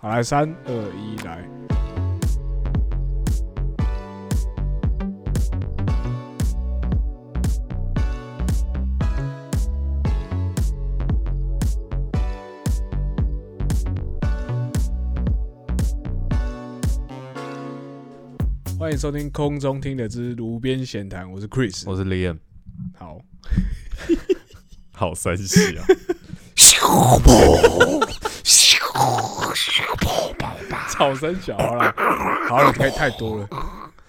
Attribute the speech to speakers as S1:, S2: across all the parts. S1: 好，来三二一，来。欢迎收听空中听的之炉边闲谈，我是 Chris。
S2: 我是 Liam，
S1: 好，
S2: 好三喜啊！
S1: 草声小好啦，好了，太太多了。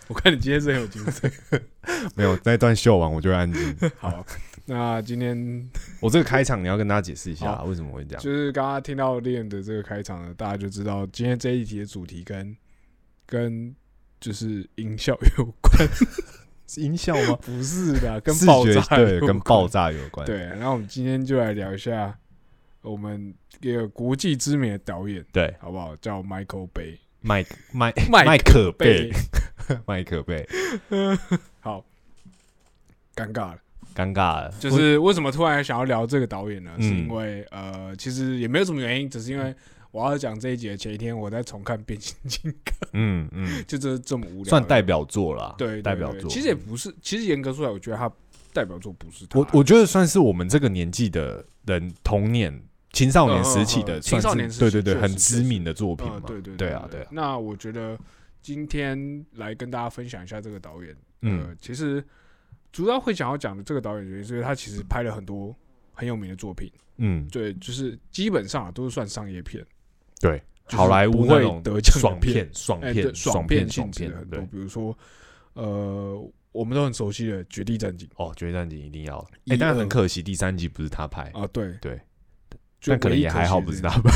S1: 我看你今天是很有精神。
S2: 没有那一段秀完我就会安静。
S1: 好，那今天
S2: 我这个开场你要跟大家解释一下啊
S1: 好
S2: 为什么会这样。
S1: 就是刚刚听到练的这个开场呢，大家就知道今天这一题的主题跟跟就是音效有关，
S2: 是音效 吗？
S1: 不是的，跟
S2: 视
S1: 爆
S2: 觉
S1: 炸
S2: 对，
S1: 有
S2: 跟
S1: 关
S2: 爆炸有关。
S1: 对。然后我们今天就来聊一下我们一个国际知名的导演，
S2: 对，
S1: 好不好？叫 Michael Bay。
S2: 麦麦
S1: 麦
S2: 麦克贝
S1: 贝，，
S2: 麦克贝，
S1: 好，尴尬了。
S2: 尴尬了。
S1: 就
S2: 我
S1: 是为什么突然想要聊这个导演呢？
S2: 嗯
S1: 是因为呃，其实也没有什么原因，只是因为我要讲这一集的前一天，我在重看《变形金刚
S2: 嗯嗯》，，
S1: 就这这么无聊，
S2: 算代表作啦。
S1: 对对
S2: 代表
S1: 对
S2: 作。
S1: 其实也啊不是，其实严格说来，我觉得他代表作不是他。呃
S2: 我我觉得算是我们这个年纪的人童年、青少年时
S1: 嗯
S2: 期
S1: 嗯
S2: 的，
S1: 嗯青少年
S2: 算是
S1: 时期
S2: 对对
S1: 确实
S2: 对，很
S1: 确
S2: 知
S1: 实
S2: 名的作品嘛
S1: 呃，。对对
S2: 对啊对啊。
S1: 那我觉得今天来跟大家分享一下这个导演。
S2: 嗯
S1: 呃，其实主要会想要讲的这个导演，原因是因为他其实拍了很多很有名的作品，
S2: 嗯，
S1: 对，就是基本上啊都是算商业片，
S2: 对，
S1: 就是
S2: 好莱坞
S1: 不
S2: 那
S1: 会
S2: 种
S1: 得奖的
S2: 爽片、爽
S1: 哎，对，
S2: 片、
S1: 爽
S2: 爽
S1: 片
S2: 片、
S1: 性
S2: 爽
S1: 质
S2: 片
S1: 的，很多，
S2: 对。
S1: 比如说呃，我们都很熟悉的《绝地战警
S2: 哦，《决战警》一定要，
S1: 一
S2: 哎，但
S1: 二
S2: 很可惜第三集不是他拍》，
S1: 啊，对
S2: 对，
S1: 就
S2: 但可能
S1: 唯一
S2: 也还
S1: 惜
S2: 好
S1: 的
S2: 不是
S1: 是
S2: 他 拍。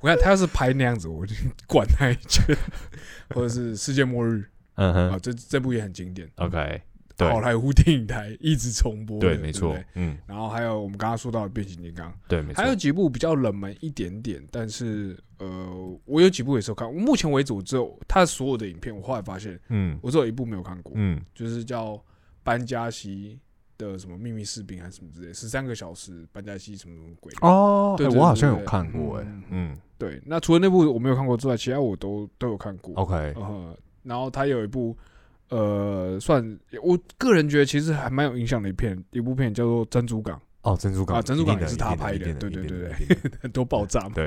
S1: 我看他要是拍那样子，我就管他一句， 或者是《世界末日
S2: 嗯》
S1: 啊，
S2: 哼
S1: 这这部也很经典，
S2: ，OK，对
S1: 好莱坞电影台一直重播的，
S2: 对，
S1: 不
S2: 没错，嗯，
S1: 然后还有我们刚刚说到的《变形金刚》，
S2: 对，没错
S1: 还，有几部比较冷门一点点，但是呃，我有几部也是有看。目前为止，我只有他所有的影片，我后来发现
S2: 嗯
S1: 我只有一部没有看过，
S2: 嗯，
S1: 就是叫班加西的什么秘密士兵还是什么之类，十三个小时班加西什么什么鬼的。
S2: 哦，
S1: 对
S2: 哎
S1: 对
S2: 我好像
S1: 对
S2: 有
S1: 对
S2: 看过，哎
S1: 嗯，
S2: 嗯
S1: 对，那除了那部我没有看过之外，其他我都都有看过。
S2: ，OK，
S1: 呃，然后他有一部呃，算我个人觉得其实还蛮有影响的一片，一部片叫做《珍珠港
S2: 哦，珍珠港
S1: 啊珍珠
S2: 一
S1: 港
S2: 定
S1: 也
S2: 的
S1: 是
S2: 一
S1: 他
S2: 定的
S1: 拍
S2: 一
S1: 的
S2: 定
S1: 对
S2: 一
S1: 对
S2: 定
S1: 对
S2: 的一定的》，
S1: 很多爆炸嘛，
S2: 对，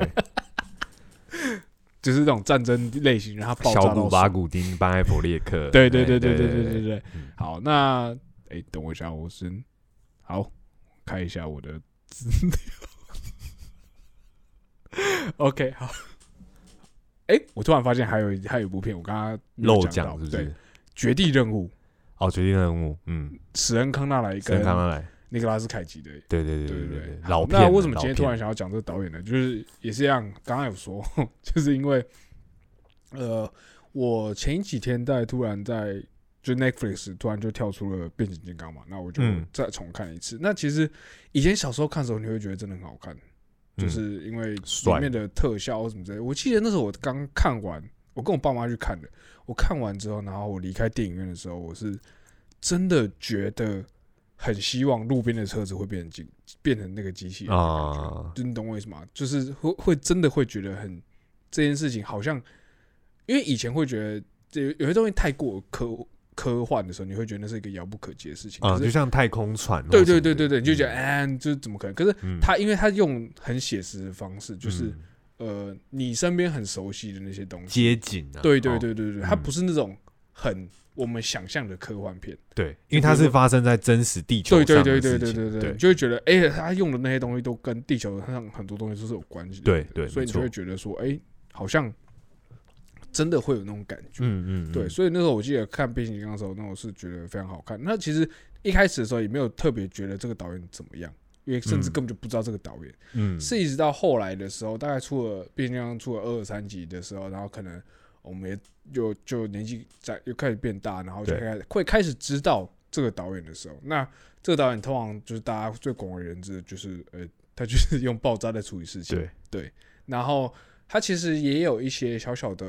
S1: 就是那种战争类型，让它爆
S2: 小
S1: 炸
S2: 古
S1: 到
S2: 巴
S1: 爽。
S2: 古丁、班艾弗列克，
S1: 对
S2: 哎
S1: 对对
S2: 对
S1: 对对对对对。
S2: 嗯
S1: 好，那哎、等我一下，我先好看一下我的资料。OK，好。哎、我突然发现还有一还有一部片，我刚刚没有
S2: 漏
S1: 讲
S2: 奖
S1: 到
S2: 是不
S1: 对
S2: 是？
S1: 绝地任务》，
S2: 哦，决定任务，嗯，
S1: 史恩康纳莱
S2: 跟
S1: 跟
S2: 他们来，
S1: 尼克拉斯凯奇的。
S2: 对对
S1: 对
S2: 对
S1: 对
S2: 对对，
S1: 好
S2: 老片
S1: 那
S2: 了，
S1: 为什么
S2: 老
S1: 今天突
S2: 片
S1: 然想要讲这个导演呢？就是也是一样，刚刚有说， 就是因为呃，我前几天在突然在就 Netflix 突然就跳出了变形金刚嘛，那我就
S2: 嗯
S1: 再重看一次。那其实以前小时候看的时候，你会觉得真的很好看，就
S2: 嗯
S1: 是因为里
S2: 帅
S1: 面的特效或什么之类的。我记得那时候我刚看完，我跟我爸妈去看的。我看完之后，然后我离开电影院的时候，我是真的觉得很希望路边的车子会变成机，变成那个机器人的感觉。
S2: 啊，
S1: 就你懂我意思吗？就是会会真的会觉得很这件事情好像，因为以前会觉得这有有些东西太过科科幻的时候，你会觉得那是一个遥不可及的事情。
S2: 啊，
S1: 可
S2: 就是像太空船或什么
S1: 对对
S2: 的，
S1: 对对对，你就觉得
S2: 嗯
S1: 哎、这怎么可能？可是
S2: 嗯
S1: 他因为他用很写实的方式，就是
S2: 嗯
S1: 呃，你身边很熟悉的那些东西。
S2: 街景啊，
S1: 对对
S2: 哦
S1: 对对对，它
S2: 嗯
S1: 不是那种很我们想象的科幻片。
S2: 对，因为它是发生在真实地球
S1: 对对
S2: 上
S1: 对
S2: 的
S1: 对
S2: 事
S1: 对
S2: 情，
S1: 对对，
S2: 对
S1: 你就会觉得哎、他用的那些东西都跟地球上很多东西都是有关系的。
S2: 对对
S1: 所以
S2: 没
S1: 你就
S2: 错
S1: 会觉得说，哎、好像真的会有那种感觉。
S2: 嗯嗯，
S1: 对，
S2: 嗯
S1: 所以那时候我记得看《变形金刚》的时候，那我是觉得非常好看。那其实一开始的时候也没有特别觉得这个导演怎么样，因为甚至
S2: 嗯
S1: 根本就不知道这个导演。
S2: 嗯
S1: 是一直到后来的时候，大概出了《变形金刚》出了二三集的时候，然后可能我们也就就年纪在又开始变大，然后就
S2: 对
S1: 开始会开始知道这个导演的时候，那这个导演通常就是大家最广为人知的就是呃，他就是用爆炸在处理事情，
S2: 对
S1: 然后他其实也有一些小小的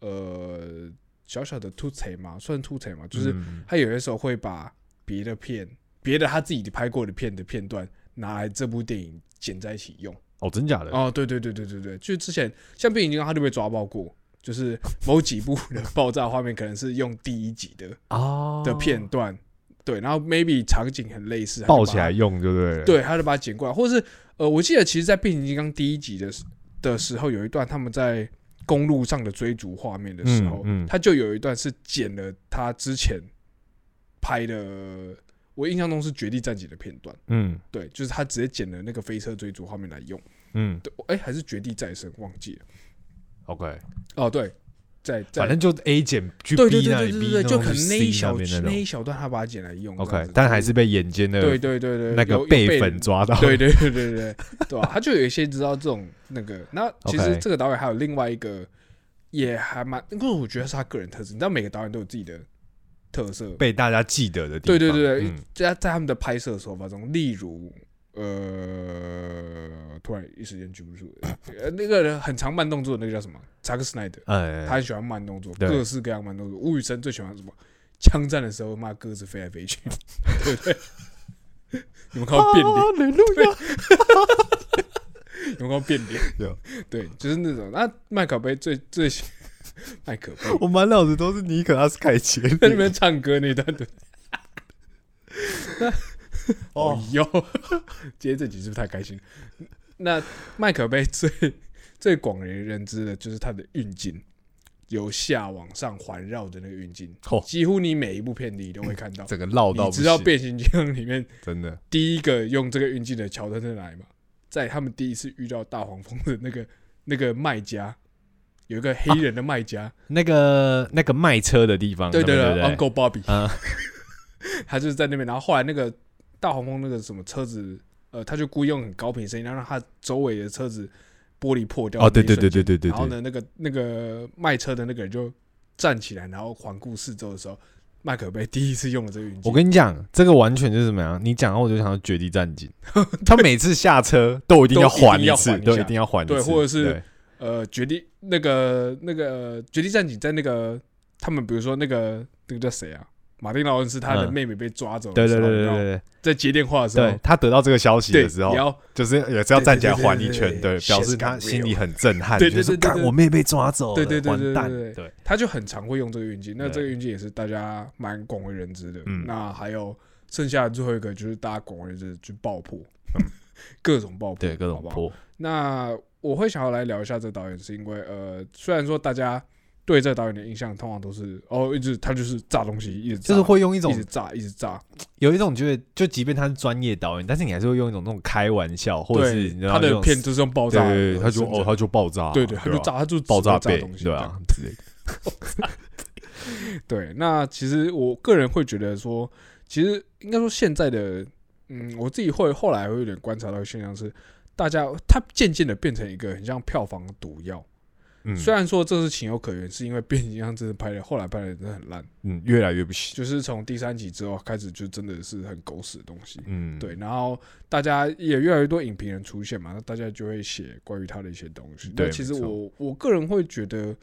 S1: 呃小小的突锤嘛，算突锤嘛，就是
S2: 嗯
S1: 他有些时候会把别的片、别的他自己拍过的片的片段拿来这部电影剪在一起用。
S2: 哦，真假的？
S1: 哦，对对对对对对，就是之前像变形金刚，他就被抓爆过，就是某几部的爆炸画面可能是用第一集的
S2: 哦
S1: 的片段，对，然后 maybe 场景很类似，他就
S2: 抱
S1: 把
S2: 起来用，对不对？
S1: 对，他就把它剪过来，或者是呃，我记得其实，在变形金刚第一集的时的时候，有一段他们在公路上的追逐画面的时候，
S2: 嗯嗯
S1: 他就有一段是剪了他之前拍的，我印象中是《绝地战警》的片段，
S2: 嗯
S1: 对，就是他直接剪了那个飞车追逐画面来用，
S2: 嗯
S1: 对，哎、还是《绝地再生》忘记了，
S2: ，OK，
S1: 哦，对，在在。
S2: 反正就 A 减去
S1: 对对
S2: B
S1: 对
S2: 那
S1: 对
S2: 里
S1: 对
S2: ，B
S1: 对对，
S2: 那
S1: 就
S2: 种
S1: 可
S2: 去
S1: 能那
S2: C
S1: 一
S2: 那
S1: 小
S2: 边
S1: 那
S2: 那
S1: 一
S2: 种
S1: 小段他把它剪来用这样
S2: ，OK，
S1: 子
S2: 但还是被眼尖
S1: 对
S2: 的
S1: 对对对，
S2: 那个
S1: 有有
S2: 被
S1: 被
S2: 粉抓到，
S1: 对对对对对，对啊吧、他就有一些知道这种那个。那其实
S2: OK
S1: 这个导演还有另外一个，也还蛮，因为我觉得是他个人特质。你知道每个导演都有自己的特色，
S2: 被大家记得的地
S1: 对
S2: 方。
S1: 对对对
S2: 嗯，
S1: 在、在他们的拍摄手法中，例如呃，突然一时间举不出，呃，那个人很常慢动作的那个叫什么？扎克斯奈德，
S2: 哎，
S1: 他很喜欢慢动作，
S2: 对
S1: 各式各样慢动作。吴宇森最喜欢什么？枪战的时候，妈鸽子飞来飞 去，对不对？你们看到变脸。
S2: 脸路
S1: 有没有变脸？
S2: 有，
S1: 对，就是那种。那麦可贝最最喜麦可贝
S2: 我满脑子都是尼可拉斯凯奇的
S1: 在那边唱歌那一段的，哦
S2: 哦，
S1: 哟，今天这集是不是太开心？那麦可贝最最广为人知的就是他的运镜，由下往上环绕的那个运镜，
S2: 哦
S1: 几乎你每一部片里都会看到。
S2: 整个绕到
S1: 你
S2: 不
S1: 知道
S2: 行，
S1: 变形金刚里面
S2: 真的
S1: 第一个用这个运镜的乔丹在哪里吗？在他们第一次遇到大黄蜂的那个 那个卖家，有一个黑人的卖家，
S2: 那个那个卖车的地方，
S1: 对
S2: 嗯对
S1: 对
S2: 对
S1: u n c l e Bobby，、
S2: 嗯
S1: 他就是在那边。然后后来那个大黄蜂那个什么车子，呃，他就故意用很高频的声音，然后让他周围的车子玻璃破掉。
S2: 哦，对对对。对对对
S1: 然后呢，
S2: 对，
S1: 那个那个卖车的那个人就站起来，然后环顾四周的时候，麦可贝第一次用了这个运镜。
S2: 我跟你讲，这个完全就是怎么样？你讲到我就想到《绝地战警》，他每次下车都一定要
S1: 都一定
S2: 缓
S1: 要
S2: 次，
S1: 缓一
S2: 都
S1: 下
S2: 一定要缓一次，
S1: 对或者是
S2: 对
S1: 呃，绝地那个那个绝地战警在那个他们比如说那个那个叫谁啊？马丁劳伦斯他的
S2: 嗯
S1: 妹妹被抓走
S2: 对
S1: 的时
S2: 对
S1: 候，你
S2: 对对
S1: 知道
S2: 对
S1: 吗
S2: 对，
S1: 在接电话的时
S2: 对
S1: 候，
S2: 他得到这个消息
S1: 对
S2: 的时，候
S1: 也，要
S2: 就是也是要站起来缓一
S1: 对
S2: 圈，
S1: 对对
S2: 对，
S1: 对
S2: 表示
S1: Shit's
S2: 他
S1: got
S2: 心里很震撼，
S1: real 对对
S2: 就是
S1: 对对
S2: 干
S1: 对
S2: 我妹被抓走了，
S1: 对对对
S2: 完蛋，
S1: 对对
S2: 对，
S1: 他就很常会用这个运镜。那
S2: 对
S1: 这个运镜也是大家蛮广为人知的。
S2: 嗯
S1: 那还有剩下的最后一个就是大家广为人知的就是爆破， 各种爆破，
S2: 嗯对各种
S1: 好不好
S2: 破，
S1: 那我会想要来聊一下这导演，是因为呃，虽然说大家对这导演的印象通常都是哦，一直他就是炸东西，一直炸
S2: 就是会用一种
S1: 一直炸，一直炸，
S2: 有一种觉得，就即便他是专业导演，但是你还是会用一种那种开玩笑，或者是
S1: 对
S2: 你知道
S1: 他
S2: 那
S1: 的
S2: 种
S1: 片就是用爆
S2: 对
S1: 炸的
S2: 对
S1: 东
S2: 对，
S1: 西，
S2: 他就哦他就爆炸，
S1: 对对，他就
S2: 吧
S1: 炸，他就
S2: 爆炸
S1: 只会
S2: 背
S1: 炸东，西，
S2: 对
S1: 这样
S2: 啊之类的，
S1: 对，那其实我个人会觉得说，其实应该说现在的，嗯，我自己会后来会有点观察到一个现象是，大家它渐渐的变成一个很像票房的毒药。
S2: 嗯，
S1: 虽然说这是情有可原，是因为变形金刚真的拍的，后来拍的真的很烂，
S2: 嗯越来越不行，
S1: 就是从第三集之后开始就真的是很狗屎的东西。
S2: 嗯，
S1: 对，然后大家也越来越多影评人出现嘛，那大家就会写关于他的一些东西。
S2: 对
S1: 那其实
S2: 没错
S1: 我我个人会觉得，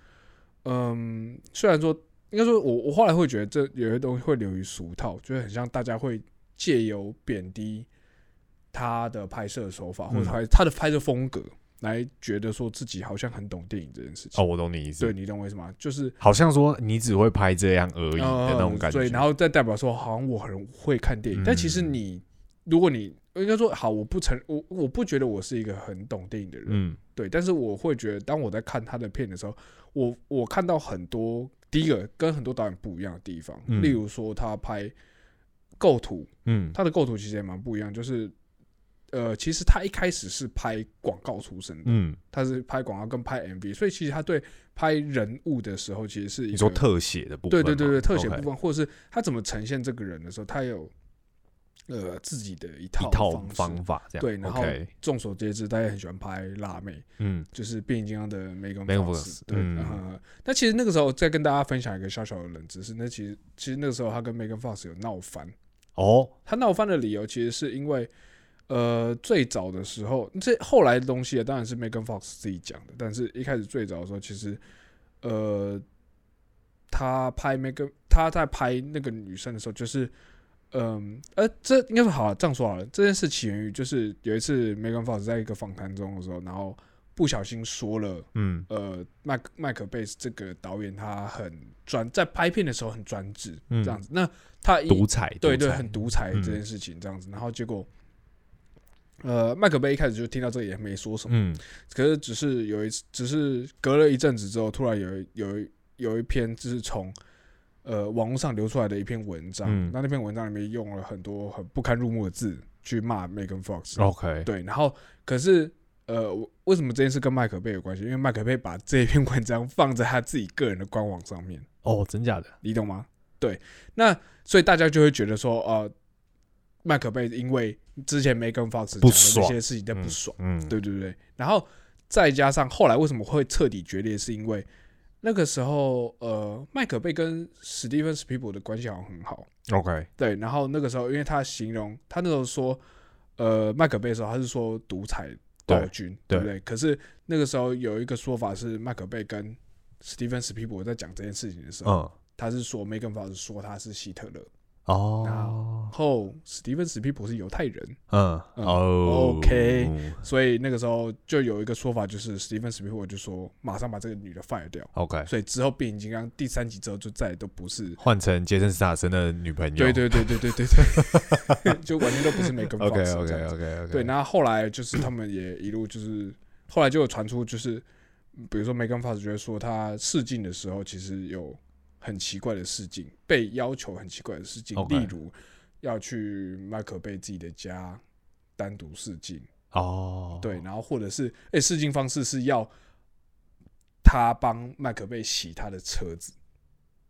S1: 嗯，虽然说应该说我我后来会觉得这有些东西会流于俗套，就是很像大家会借由贬低他的拍摄手法或者
S2: 嗯
S1: 他他的拍摄风格来觉得说自己好像很懂电影这件事情。
S2: 哦，我懂你意思
S1: 对，，你懂我意思吗？就是
S2: 好像说你只会拍这样而已的那种
S1: 嗯
S2: 感觉，
S1: 所以，然后再代表说，好像我很会看电影，但其实
S2: 嗯
S1: 你，如果你应该说，好，我不承，我我不觉得我是一个很懂电影的人，
S2: 嗯
S1: 对，但是我会觉得，当我在看他的片的时候，我我看到很多，第一个跟很多导演不一样的地方，
S2: 嗯
S1: 例如说他拍构图，
S2: 嗯，
S1: 他的构图其实也蛮不一样，就是。呃，其实他一开始是拍广告出身的，
S2: 嗯，
S1: 他是拍广告跟拍 MV，所以其实他对拍人物的时候，其实是一
S2: 你
S1: 个
S2: 说特写的部分
S1: 对
S2: 吗，
S1: 对对对，特写
S2: OK
S1: 部分，或者是他怎么呈现这个人的时候，他有呃自己的一套
S2: 一套
S1: 方式
S2: 方法这样，
S1: 对，然后
S2: OK，
S1: 众所周知，大家也很喜欢拍辣妹，
S2: 嗯
S1: 就是变形金刚的 Megan
S2: Megan Fox，
S1: Fox。对，
S2: 嗯
S1: 呃那其实那个时候再跟大家分享一个小小的冷知识，那其实其实那个时候他跟 Megan Fox 有闹翻，
S2: 哦，
S1: 他闹翻的理由其实是因为。呃，最早的时候，这后来的东西啊当然是 Megan Fox 自己讲的，但是一开始最早的时候，其实呃，他拍 Megan，他在拍那个女生的时候，就是嗯，呃，这应该说好、啊，这样说好了。这件事起源于就是有一次 Megan Fox 在一个访谈中的时候，然后不小心说了，
S2: 嗯
S1: 呃，麦克麦克贝斯这个导演他很专，在拍片的时候很专制
S2: 嗯
S1: 这样子。那他一
S2: 独裁，
S1: 对
S2: 独
S1: 对
S2: 裁
S1: 很独裁
S2: 嗯
S1: 这件事情这样子，然后结果。呃，麦克贝一开始就听到这个也没说什么，
S2: 嗯
S1: 可是只是有一次，只是隔了一阵子之后，突然有一有一有一篇就是从呃网络上流出来的一篇文章，
S2: 嗯
S1: 那那篇文章里面用了很多很不堪入目的字去骂 Megan Fox，、
S2: ，OK，
S1: 对，然后可是呃我为什么这件事跟麦可贝有关系？因为麦可贝把这篇文章放在他自己个人的官网上面，
S2: 哦，真假的，
S1: 你懂吗？对，那所以大家就会觉得说，呃，麦可贝因为之前 Megan Fox 讲
S2: 不
S1: 的
S2: 爽
S1: 这些事情在不爽。
S2: 嗯，
S1: 对对对。然后再加上后来为什么会彻底决裂，是因为那个时候呃，麦可贝跟史蒂芬史皮普的关系好像很好。
S2: ，OK，
S1: 对，然后那个时候因为他形容他那时候说呃麦可贝的时候，他是说独裁暴君，
S2: 对
S1: 对不对？可是那个时候有一个说法是麦可贝跟史蒂芬史皮普在讲这件事情的时候，
S2: 嗯，
S1: 他是说梅根法是说他是希特勒，
S2: 哦，
S1: 然后史蒂芬史皮普是犹太人。
S2: 嗯，
S1: 嗯
S2: 哦
S1: OK 所以那个时候就有一个说法，就是史蒂芬·史皮普就说马上把这个女的 fire 掉，
S2: 哦，OK，
S1: 所以之后变形金刚第三集之后就再也都不是，
S2: 换成杰森斯坦森的女朋友，
S1: 对对对对对对对， 就完全都不是梅根·
S2: ，OK
S1: 这
S2: OK
S1: 样子
S2: OK OK，
S1: 对，那后来就是他们也一路就是后来就有传出就是，比如说梅根·法斯觉得说他试镜的时候其实有很奇怪的试镜，被要求很奇怪的试镜
S2: OK
S1: 例如要去麦克贝自己的家单独试镜。
S2: 哦，
S1: 对，然后或者是哎、诶试镜方式是要他帮麦克贝洗他的车子，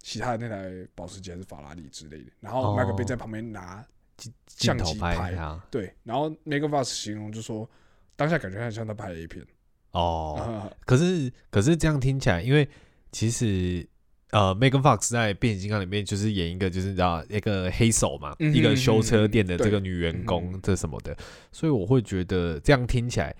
S1: 洗他的那台保时捷还是法拉利之类的，然后麦克贝
S2: 哦
S1: 在旁边拿，
S2: 镜
S1: 相
S2: 头
S1: 机
S2: 拍
S1: 拍
S2: 他，
S1: 对，然后 Megan Fox 形容就说。当下感觉很像他拍 A 片，
S2: 哦，
S1: 啊
S2: 可是可是这样听起来，因为其实呃，Megan Fox 在《变形金刚》里面就是演一个就是你知道一个黑手嘛，
S1: 嗯哼
S2: 一个修车店的
S1: 嗯哼
S2: 这个
S1: 对
S2: 女员
S1: 嗯
S2: 工
S1: 哼
S2: 这什么的，所以我会觉得这样听起来。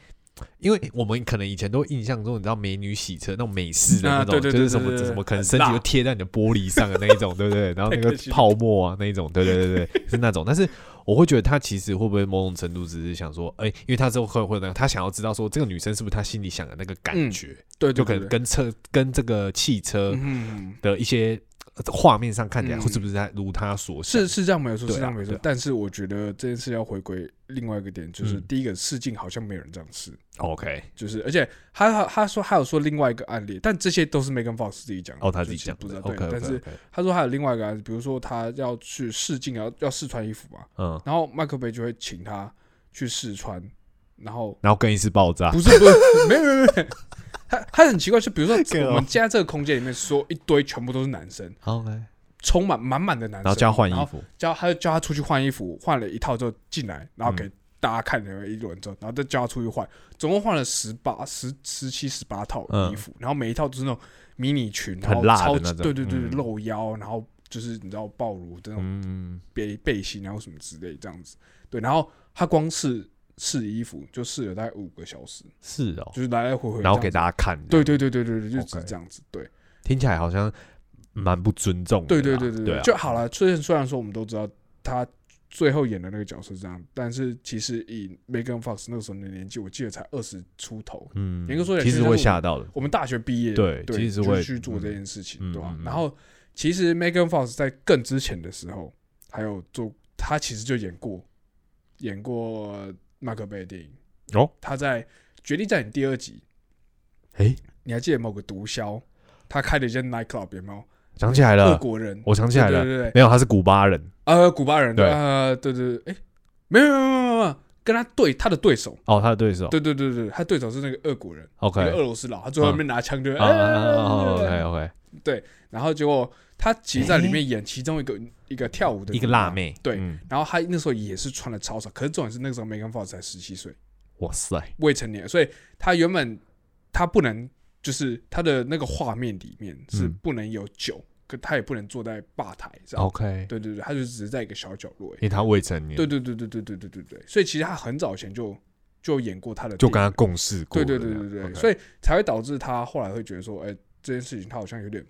S2: 因为我们可能以前都印象中，你知道美女洗车那种美式的
S1: 啊
S2: 那种，
S1: 对对对
S2: 就是什么
S1: 对对对
S2: 什么，可能
S1: 很
S2: 身体
S1: 辣
S2: 就贴在你的玻璃上的那一种，对 不对？然后
S1: 太
S2: 那个
S1: 可惜了
S2: 泡沫啊那一种，对对对对，是那种。但是我会觉得他其实会不会某种程度只是想说，哎、因为他之后会会那个，他想要知道说这个女生是不是他心里想的那个感觉，
S1: 对，嗯对
S2: 就可能，跟车跟这个汽车
S1: 对对嗯，
S2: 的一些呃画面上看起来，
S1: 嗯
S2: 会是不是他如他所想？
S1: 是是这样没有错，
S2: 对啊
S1: 是这样没错
S2: 对啊。
S1: 但是我觉得这件事要回归另外一个点，就是
S2: 嗯
S1: 第一个试镜好像没有人这样试，
S2: OK，
S1: 就是而且他他说还有说另外一个案例，但这些都是 Megan Fox 自己讲的，
S2: 哦，他
S1: 就
S2: 自己
S1: 其实
S2: 讲
S1: 不知
S2: 的
S1: 道，对
S2: OK，OK，OK，
S1: 但是他说还有另外一个案例，比如说他要去试镜，要要试穿衣服嘛，
S2: 嗯，
S1: 然后麦克贝就会请他去试穿，然后
S2: 然后更衣室爆炸
S1: 不是不是没有没有没有，他他很奇怪，就比如
S2: 给
S1: 说
S2: 了
S1: 我们现在这个空间里面说一堆全部都是男生，
S2: ，OK，然
S1: 充满满满的男生，
S2: 后叫他换
S1: 然
S2: 衣
S1: 后
S2: 服，
S1: 叫他叫他出去换衣服，换了一套之后进来，然后
S2: 嗯
S1: 给大家看了一轮之后，然后再叫他出去换，总共换了十八、十十七、十八套
S2: 嗯
S1: 衣服，然后每一套都是那种迷你裙，
S2: 很
S1: 然后
S2: 辣的
S1: 超
S2: 那
S1: 级
S2: 种
S1: 对对对，
S2: 嗯
S1: 露腰，然后就是你知道暴露这种
S2: 嗯，
S1: 背背心，啊然后什么之类这样子，对，然后他光试试衣服就试了大概五个小时，
S2: 是哦，
S1: 就是来来回回，
S2: 然后给
S1: 家，
S2: 大家看，
S1: 对，对对对对对，就
S2: OK
S1: 是这样子，对。
S2: 听起来好像蛮不尊重的啦，
S1: 对对对对
S2: 对啊，
S1: 就好了。虽然虽然说我们都知道他最后演的那个角色是这样，但是其实以 Megan Fox 那个时候的年纪，我记得才二十出头。
S2: 嗯，
S1: 严格说起来
S2: 其实
S1: 其实
S2: 会
S1: 我
S2: 吓到的，
S1: 我们大学毕业，
S2: 对
S1: 对，
S2: 其实
S1: 就
S2: 会
S1: 去做这
S2: 嗯
S1: 件事情，
S2: 嗯
S1: 对吧、
S2: 嗯嗯
S1: 然后其实 Megan Fox 在更之前的时候，还有做，他其实就演过演过马克贝的电影。
S2: 哦，
S1: 他在《绝地战警》第二集，
S2: 哎，
S1: 你还记得某个毒枭，他开了一间 nightclub 有没有？
S2: 想起来
S1: 俄
S2: 了，
S1: 国人，
S2: 啊我想起来
S1: 对
S2: 了，
S1: 对对，
S2: 没有，他是古巴人，
S1: 呃，古巴人
S2: 对
S1: 呃，对对对，哎，没有没有没有没有没有，跟他对他的对手，
S2: 哦，他的对手
S1: 对对对对，他对手是那个俄国人，
S2: ，OK，
S1: 一个俄罗斯佬，他最后
S2: 嗯
S1: 面拿枪就，
S2: 啊
S1: 哎
S2: ，OK OK，
S1: 然后结果他其实在里面演其中一个一个跳舞的
S2: 一个
S1: 女
S2: 辣
S1: 嘛，
S2: 妹，
S1: 对
S2: 嗯
S1: 然后他那时候也是穿的超少，可是重点是那个时候 Megan Fox 才十七岁，
S2: 哇塞，
S1: 未成年，所以他原本他不能就是他的那个画面里面是
S2: 嗯
S1: 不能有酒，可他也不能坐在吧台上，
S2: OK，
S1: 对对对，他就只是在一个小角落而已
S2: 因。为他未成年，
S1: 对对对对对对对对对，所以其实他很早前就就演过他的电影，
S2: 就跟他共事过
S1: 对
S2: 了这
S1: 对
S2: 样，
S1: 对对对，
S2: OK
S1: 所以才会导致他后来会觉得说，哎、这件事情他好像有点，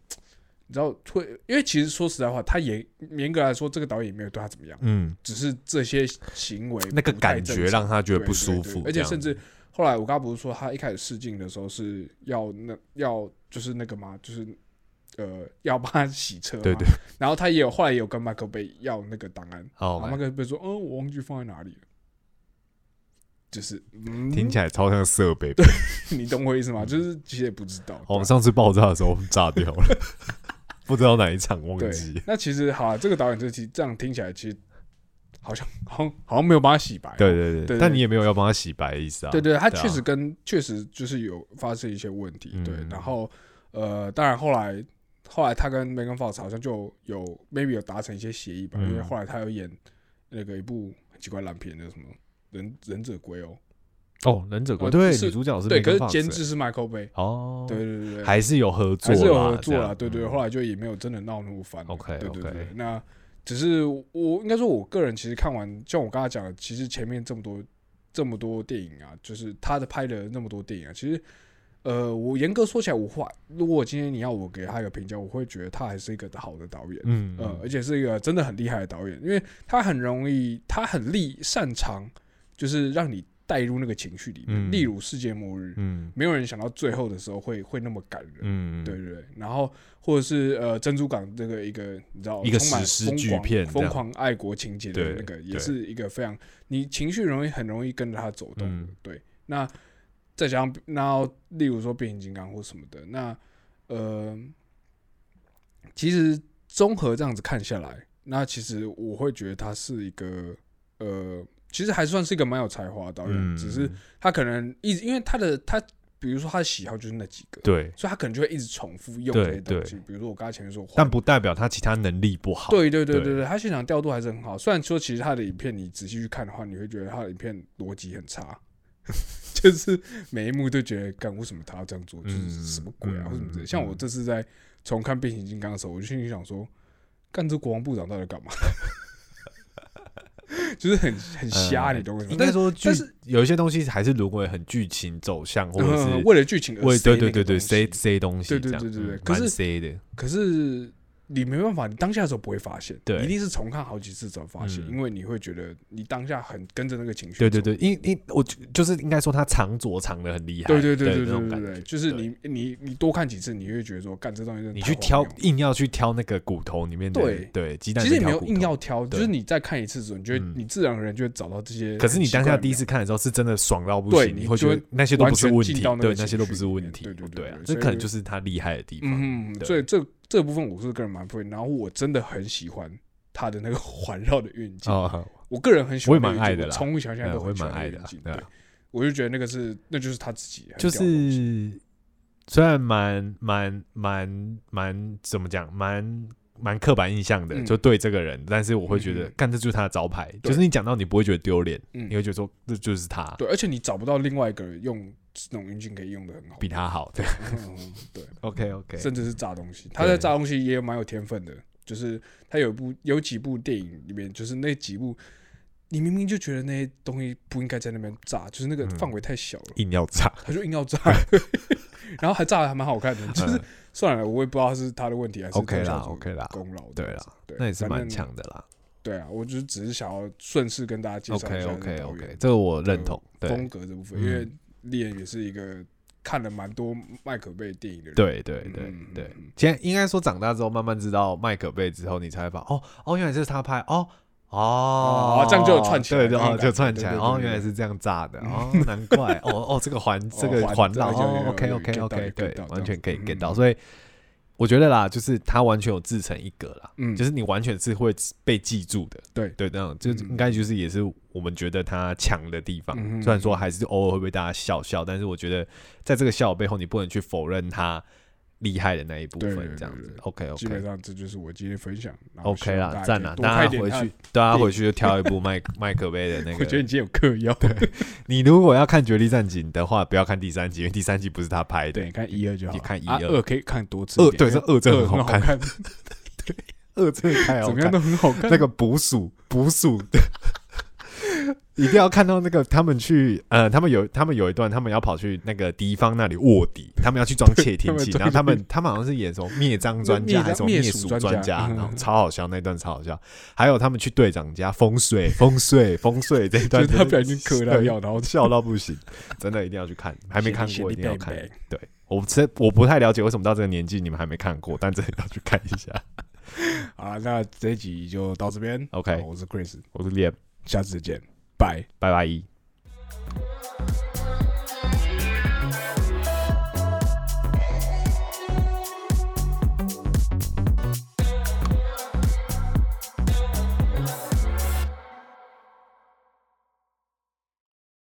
S1: 你知道会，因为其实说实在话，他也严格来说，这个导演也没有对他怎么样，
S2: 嗯，
S1: 只是这些行为
S2: 那个
S1: 不太
S2: 感
S1: 正
S2: 觉
S1: 常
S2: 让他觉得
S1: 对
S2: 不
S1: 对
S2: 舒
S1: 对
S2: 服，
S1: 而
S2: 这
S1: 且
S2: 样
S1: 甚至后来我刚刚不是说他一开始试镜的时候是要那要就是那个嘛，就是呃要帮他洗车，
S2: 对对，，
S1: 然后他也有后来也有跟麦克贝要那个档案，
S2: 哦
S1: 然后，麦克贝说，嗯，我忘记放在哪里了，就是嗯，
S2: 听起来超像设备。
S1: 你懂我意思吗？就是其实也不知道，
S2: 我们
S1: 对
S2: 上次爆炸的时候炸掉 了，不知道哪一场忘记
S1: 对。，那其实好、啊，这个导演这期这样听起来其实好像好像好像没有帮他洗白，
S2: 对对
S1: 对
S2: 对，但你也没有要帮他洗白的意思啊。
S1: 对对，他
S2: 对啊
S1: 确实跟确实就是有发生一些问题，对。
S2: 嗯
S1: 然后呃，当然后来后来他跟 Megan Fox 好像就有 maybe 有达成一些协议吧，因为
S2: 嗯
S1: 后来他有演那个一部很奇怪烂片，叫什么忍忍者龟哦，
S2: 哦，忍者龟
S1: 呃
S2: 对
S1: 是
S2: 女主角是
S1: 对，可
S2: Megan
S1: 是
S2: Fox 欸
S1: 监制是 Michael Bay，
S2: 哦，
S1: 对，对对对，
S2: 还是有合作
S1: 还
S2: 啦，
S1: 是有合作
S2: 这
S1: 啦，
S2: 样
S1: 对对，
S2: 嗯
S1: 后来就也没有真的闹那么翻。
S2: OK，
S1: 对对
S2: OK
S1: 对，那只是我应该说，我个人其实看完，像我刚才讲的，其实前面这么多这么多电影啊，就是他的拍的那么多电影啊，其实呃，我严格说起来，我话如果今天你要我给他一个评价，我会觉得他还是一个好的导演。
S2: 嗯
S1: 呃，而
S2: 嗯
S1: 且是一个真的很厉害的导演，因为他很容易，他很厉擅长，就是让你带入那个情绪里面。
S2: 嗯
S1: 例如世界末日，
S2: 嗯
S1: 没有人想到最后的时候会会那么感人。
S2: 嗯，
S1: 对对对，然后或者是呃珍珠港这个一个你知道
S2: 一个
S1: 充满
S2: 史诗
S1: 疯
S2: 巨
S1: 狂
S2: 片这
S1: 疯
S2: 样
S1: 狂爱国情节的
S2: 对
S1: 那个，也
S2: 对
S1: 是一个非常你情绪容易很容易跟着它走动的
S2: 嗯
S1: 对，那再加上然后例如说变形金刚或什么的，那呃，其实综合这样子看下来，那其实我会觉得他是一个呃，其实还算是一个蛮有才华的导演，
S2: 嗯，
S1: 只是他可能一直因为他的他比如说他的喜好就是那几个，
S2: 对，
S1: 所以他可能就会一直重复用这些
S2: 对
S1: 东西。比如说我刚才前面说，
S2: 但不代表他其他能力不好。
S1: 对对对
S2: 对
S1: 对对，他现场调度还是很好。虽然说其实他的影片你仔细去看的话，你会觉得他的影片逻辑很差， 就是每一幕都觉得，干为什么他要这样做，就
S2: 嗯
S1: 是什么鬼啊，
S2: 嗯
S1: 或什么之类的。
S2: 嗯
S1: 像我这次在重看《变形金刚》的时候，我就心里想说，干这国防部长到底干嘛？ 就是很很瞎，
S2: 嗯
S1: 你懂我意思吗？
S2: 应
S1: 但
S2: 该
S1: 是
S2: 说剧
S1: 但是
S2: 有一些东西还是沦为很剧情走向，或者
S1: 嗯
S2: 是
S1: 为了剧情而
S2: 为
S1: 塞
S2: 对
S1: 那
S2: 对
S1: 个
S2: 对对
S1: 东西
S2: 塞塞东西
S1: 对
S2: 这
S1: 对
S2: 样，
S1: 对对对
S2: 嗯
S1: 可是
S2: 蛮塞的，
S1: 可是你没办法，你当下的时候不会发现，
S2: 对
S1: 你一定是重看好几次才发现，
S2: 嗯
S1: 因为你会觉得你当下很跟着那个情绪走。
S2: 对对对，因因我就就是应该说他藏拙藏的很厉害，
S1: 对
S2: 对
S1: 对对对
S2: 那
S1: 对
S2: 种
S1: 对
S2: 感
S1: 对，
S2: 觉。
S1: 就是你你你多看几次，你会觉得说，干这东西真的
S2: 你
S1: 太
S2: 去
S1: 荒
S2: 挑
S1: 谬了，
S2: 硬要去挑那个骨头里面的
S1: 对
S2: 对鸡蛋，
S1: 其实也没有硬要。挑，就
S2: 对
S1: 是你再看一次之后，你觉得
S2: 嗯
S1: 你自然而然就会找到这些。
S2: 可是你当下第一次。看的时候是真的爽到不
S1: 对
S2: 行，
S1: 你
S2: 你会
S1: 就会
S2: 觉得那些都不是问
S1: 完全
S2: 题
S1: 进到，那个
S2: 对，那些都不是问题，
S1: 情绪里面对对对
S2: 啊
S1: 对，
S2: 这
S1: 所以
S2: 可能就是他厉害的地方。
S1: 嗯，
S2: 对
S1: 所以这这部分我是个人蛮不会，然后我真的很喜欢他的那个环绕的运镜，
S2: 哦，
S1: 我个人很喜
S2: 我
S1: 欢那个
S2: 也蛮
S1: 运镜，
S2: 爱的
S1: 我
S2: 啦
S1: 从小现在
S2: 嗯
S1: 都
S2: 我
S1: 很
S2: 也
S1: 喜欢那个
S2: 蛮爱
S1: 运
S2: 的啊
S1: 镜，
S2: 对
S1: 对
S2: 啊，
S1: 我就觉得那个是那就是他自己，很
S2: 就
S1: 屌的东西
S2: 是虽然蛮蛮蛮蛮怎么讲，蛮蛮刻板印象的，
S1: 嗯
S2: 就对这个人，但是我会觉
S1: 嗯
S2: 得
S1: 嗯，
S2: 干这就是他的招牌，就是你讲到你不会觉得丢脸，
S1: 嗯
S2: 你会觉得说这就是他，
S1: 对，而且你找不到另外一个人用那种运镜可以用的很好，
S2: 比他好。 对
S1: 嗯嗯对，
S2: ，OK OK，
S1: 甚至是炸东西。他在炸东西也有蛮有天分的，就是他有一部有几部电影里面，就是那几部，你明明就觉得那些东西不应该在那边炸，就是那个
S2: 嗯
S1: 范围太小 了，
S2: 硬要炸，
S1: 他就硬要炸， 然后还炸的还蛮好看的，就是
S2: 嗯
S1: 算了，我也不知道是他的问题还是
S2: OK
S1: 特效
S2: 啦
S1: 组
S2: OK 啦，
S1: 功劳，
S2: 对啦，
S1: 对，
S2: 那也是
S1: 反
S2: 蛮
S1: 正。
S2: 强的啦。
S1: 对啊，我就只是想要顺势跟大家介绍一
S2: OK
S1: 下
S2: OK
S1: 那个导演
S2: OK，这个我认同，
S1: 风
S2: 对
S1: 格这部分，
S2: 嗯
S1: 因为丽人也是一个看了蛮多麦可贝电影的人。
S2: 对对
S1: 嗯，
S2: 对
S1: 嗯
S2: 对。
S1: 嗯
S2: 现在应该说长大之后，慢慢知道麦可贝之后，你才会把哦哦，原来这是他拍哦哦
S1: 哦，这样就有串起来
S2: 对对
S1: 明白
S2: 哦，就串起来
S1: 对对对
S2: 哦，
S1: 对
S2: 原来是这样炸 的哦，难怪哦哦，这个环这个
S1: 环
S2: 环绕
S1: 这个有有
S2: 哦
S1: 有
S2: ，OK
S1: 有
S2: OK
S1: get 到
S2: OK，
S1: 有 get
S2: 对
S1: 到，
S2: 完全可以
S1: 这样
S2: get
S1: 嗯
S2: 到，所以我觉得啦，就是他完全有自成一格啦，
S1: 嗯，
S2: 就是是你完全是会被记住的，
S1: 对
S2: 对，那种就是
S1: 嗯
S2: 应该就是也是我们觉得他强的地方
S1: 嗯。
S2: 虽然说还是偶尔会被大家笑笑，但是我觉得在这个笑背后，你不能去否认他厉害的那一部
S1: 对对
S2: 分
S1: 对，
S2: 这样
S1: 对
S2: 子
S1: 对。
S2: OK
S1: 基本
S2: OK
S1: 上这就是我今天分享。然后
S2: OK
S1: 希望
S2: 啦，
S1: 家
S2: 赞
S1: 可以
S2: 啦，
S1: 多
S2: 大
S1: 看一
S2: 家
S1: 点
S2: 回
S1: 他
S2: 去，大家
S1: 电影
S2: 回去就挑一部麦 麦可贝的那
S1: 我觉得
S2: 个
S1: 你。今天有嗑药。
S2: 你如果要看《绝地战警》的话，不要看第三集，因为第三集不是他拍的
S1: 对，。看一二就好。
S2: 你看一
S1: 啊
S2: 二
S1: 二可以看多次一
S2: 二
S1: 点。
S2: 对，这二真的
S1: 二
S2: 很
S1: 很
S2: 好看，
S1: 看，
S2: 二真的太好
S1: 怎么样。
S2: 看
S1: 都很好看。
S2: 那个捕鼠捕鼠的， 一定要看到那个他们去呃，他们有他们有一段，他们要跑去那个敌方那里卧底，他们要去装窃听器，
S1: 对他们
S2: 然后他们他们好像是演什么灭蟑 专
S1: 灭
S2: 家
S1: 蟑
S2: 还是什么
S1: 灭
S2: 灭
S1: 鼠
S2: 鼠
S1: 专
S2: 专
S1: 家
S2: 家，
S1: 嗯
S2: 然后超好笑那一段超好笑，还有他们去队长家风水风水风水这一
S1: 就
S2: 段
S1: 是
S2: 真的，
S1: 他不小心嗑到
S2: 对
S1: 药，然后
S2: 笑到不行，真的一定要去 看，还没看
S1: 显
S2: 过
S1: 力
S2: 一定要
S1: 显力
S2: 看
S1: 贝贝。
S2: 对我这我不太了解为什么到这个年纪你们还没看过，但真的要去看一下。
S1: 啊，那这一集就到这边。
S2: OK
S1: 好我是 Chris，
S2: 我是 l
S1: 下次见，拜。
S2: 拜拜。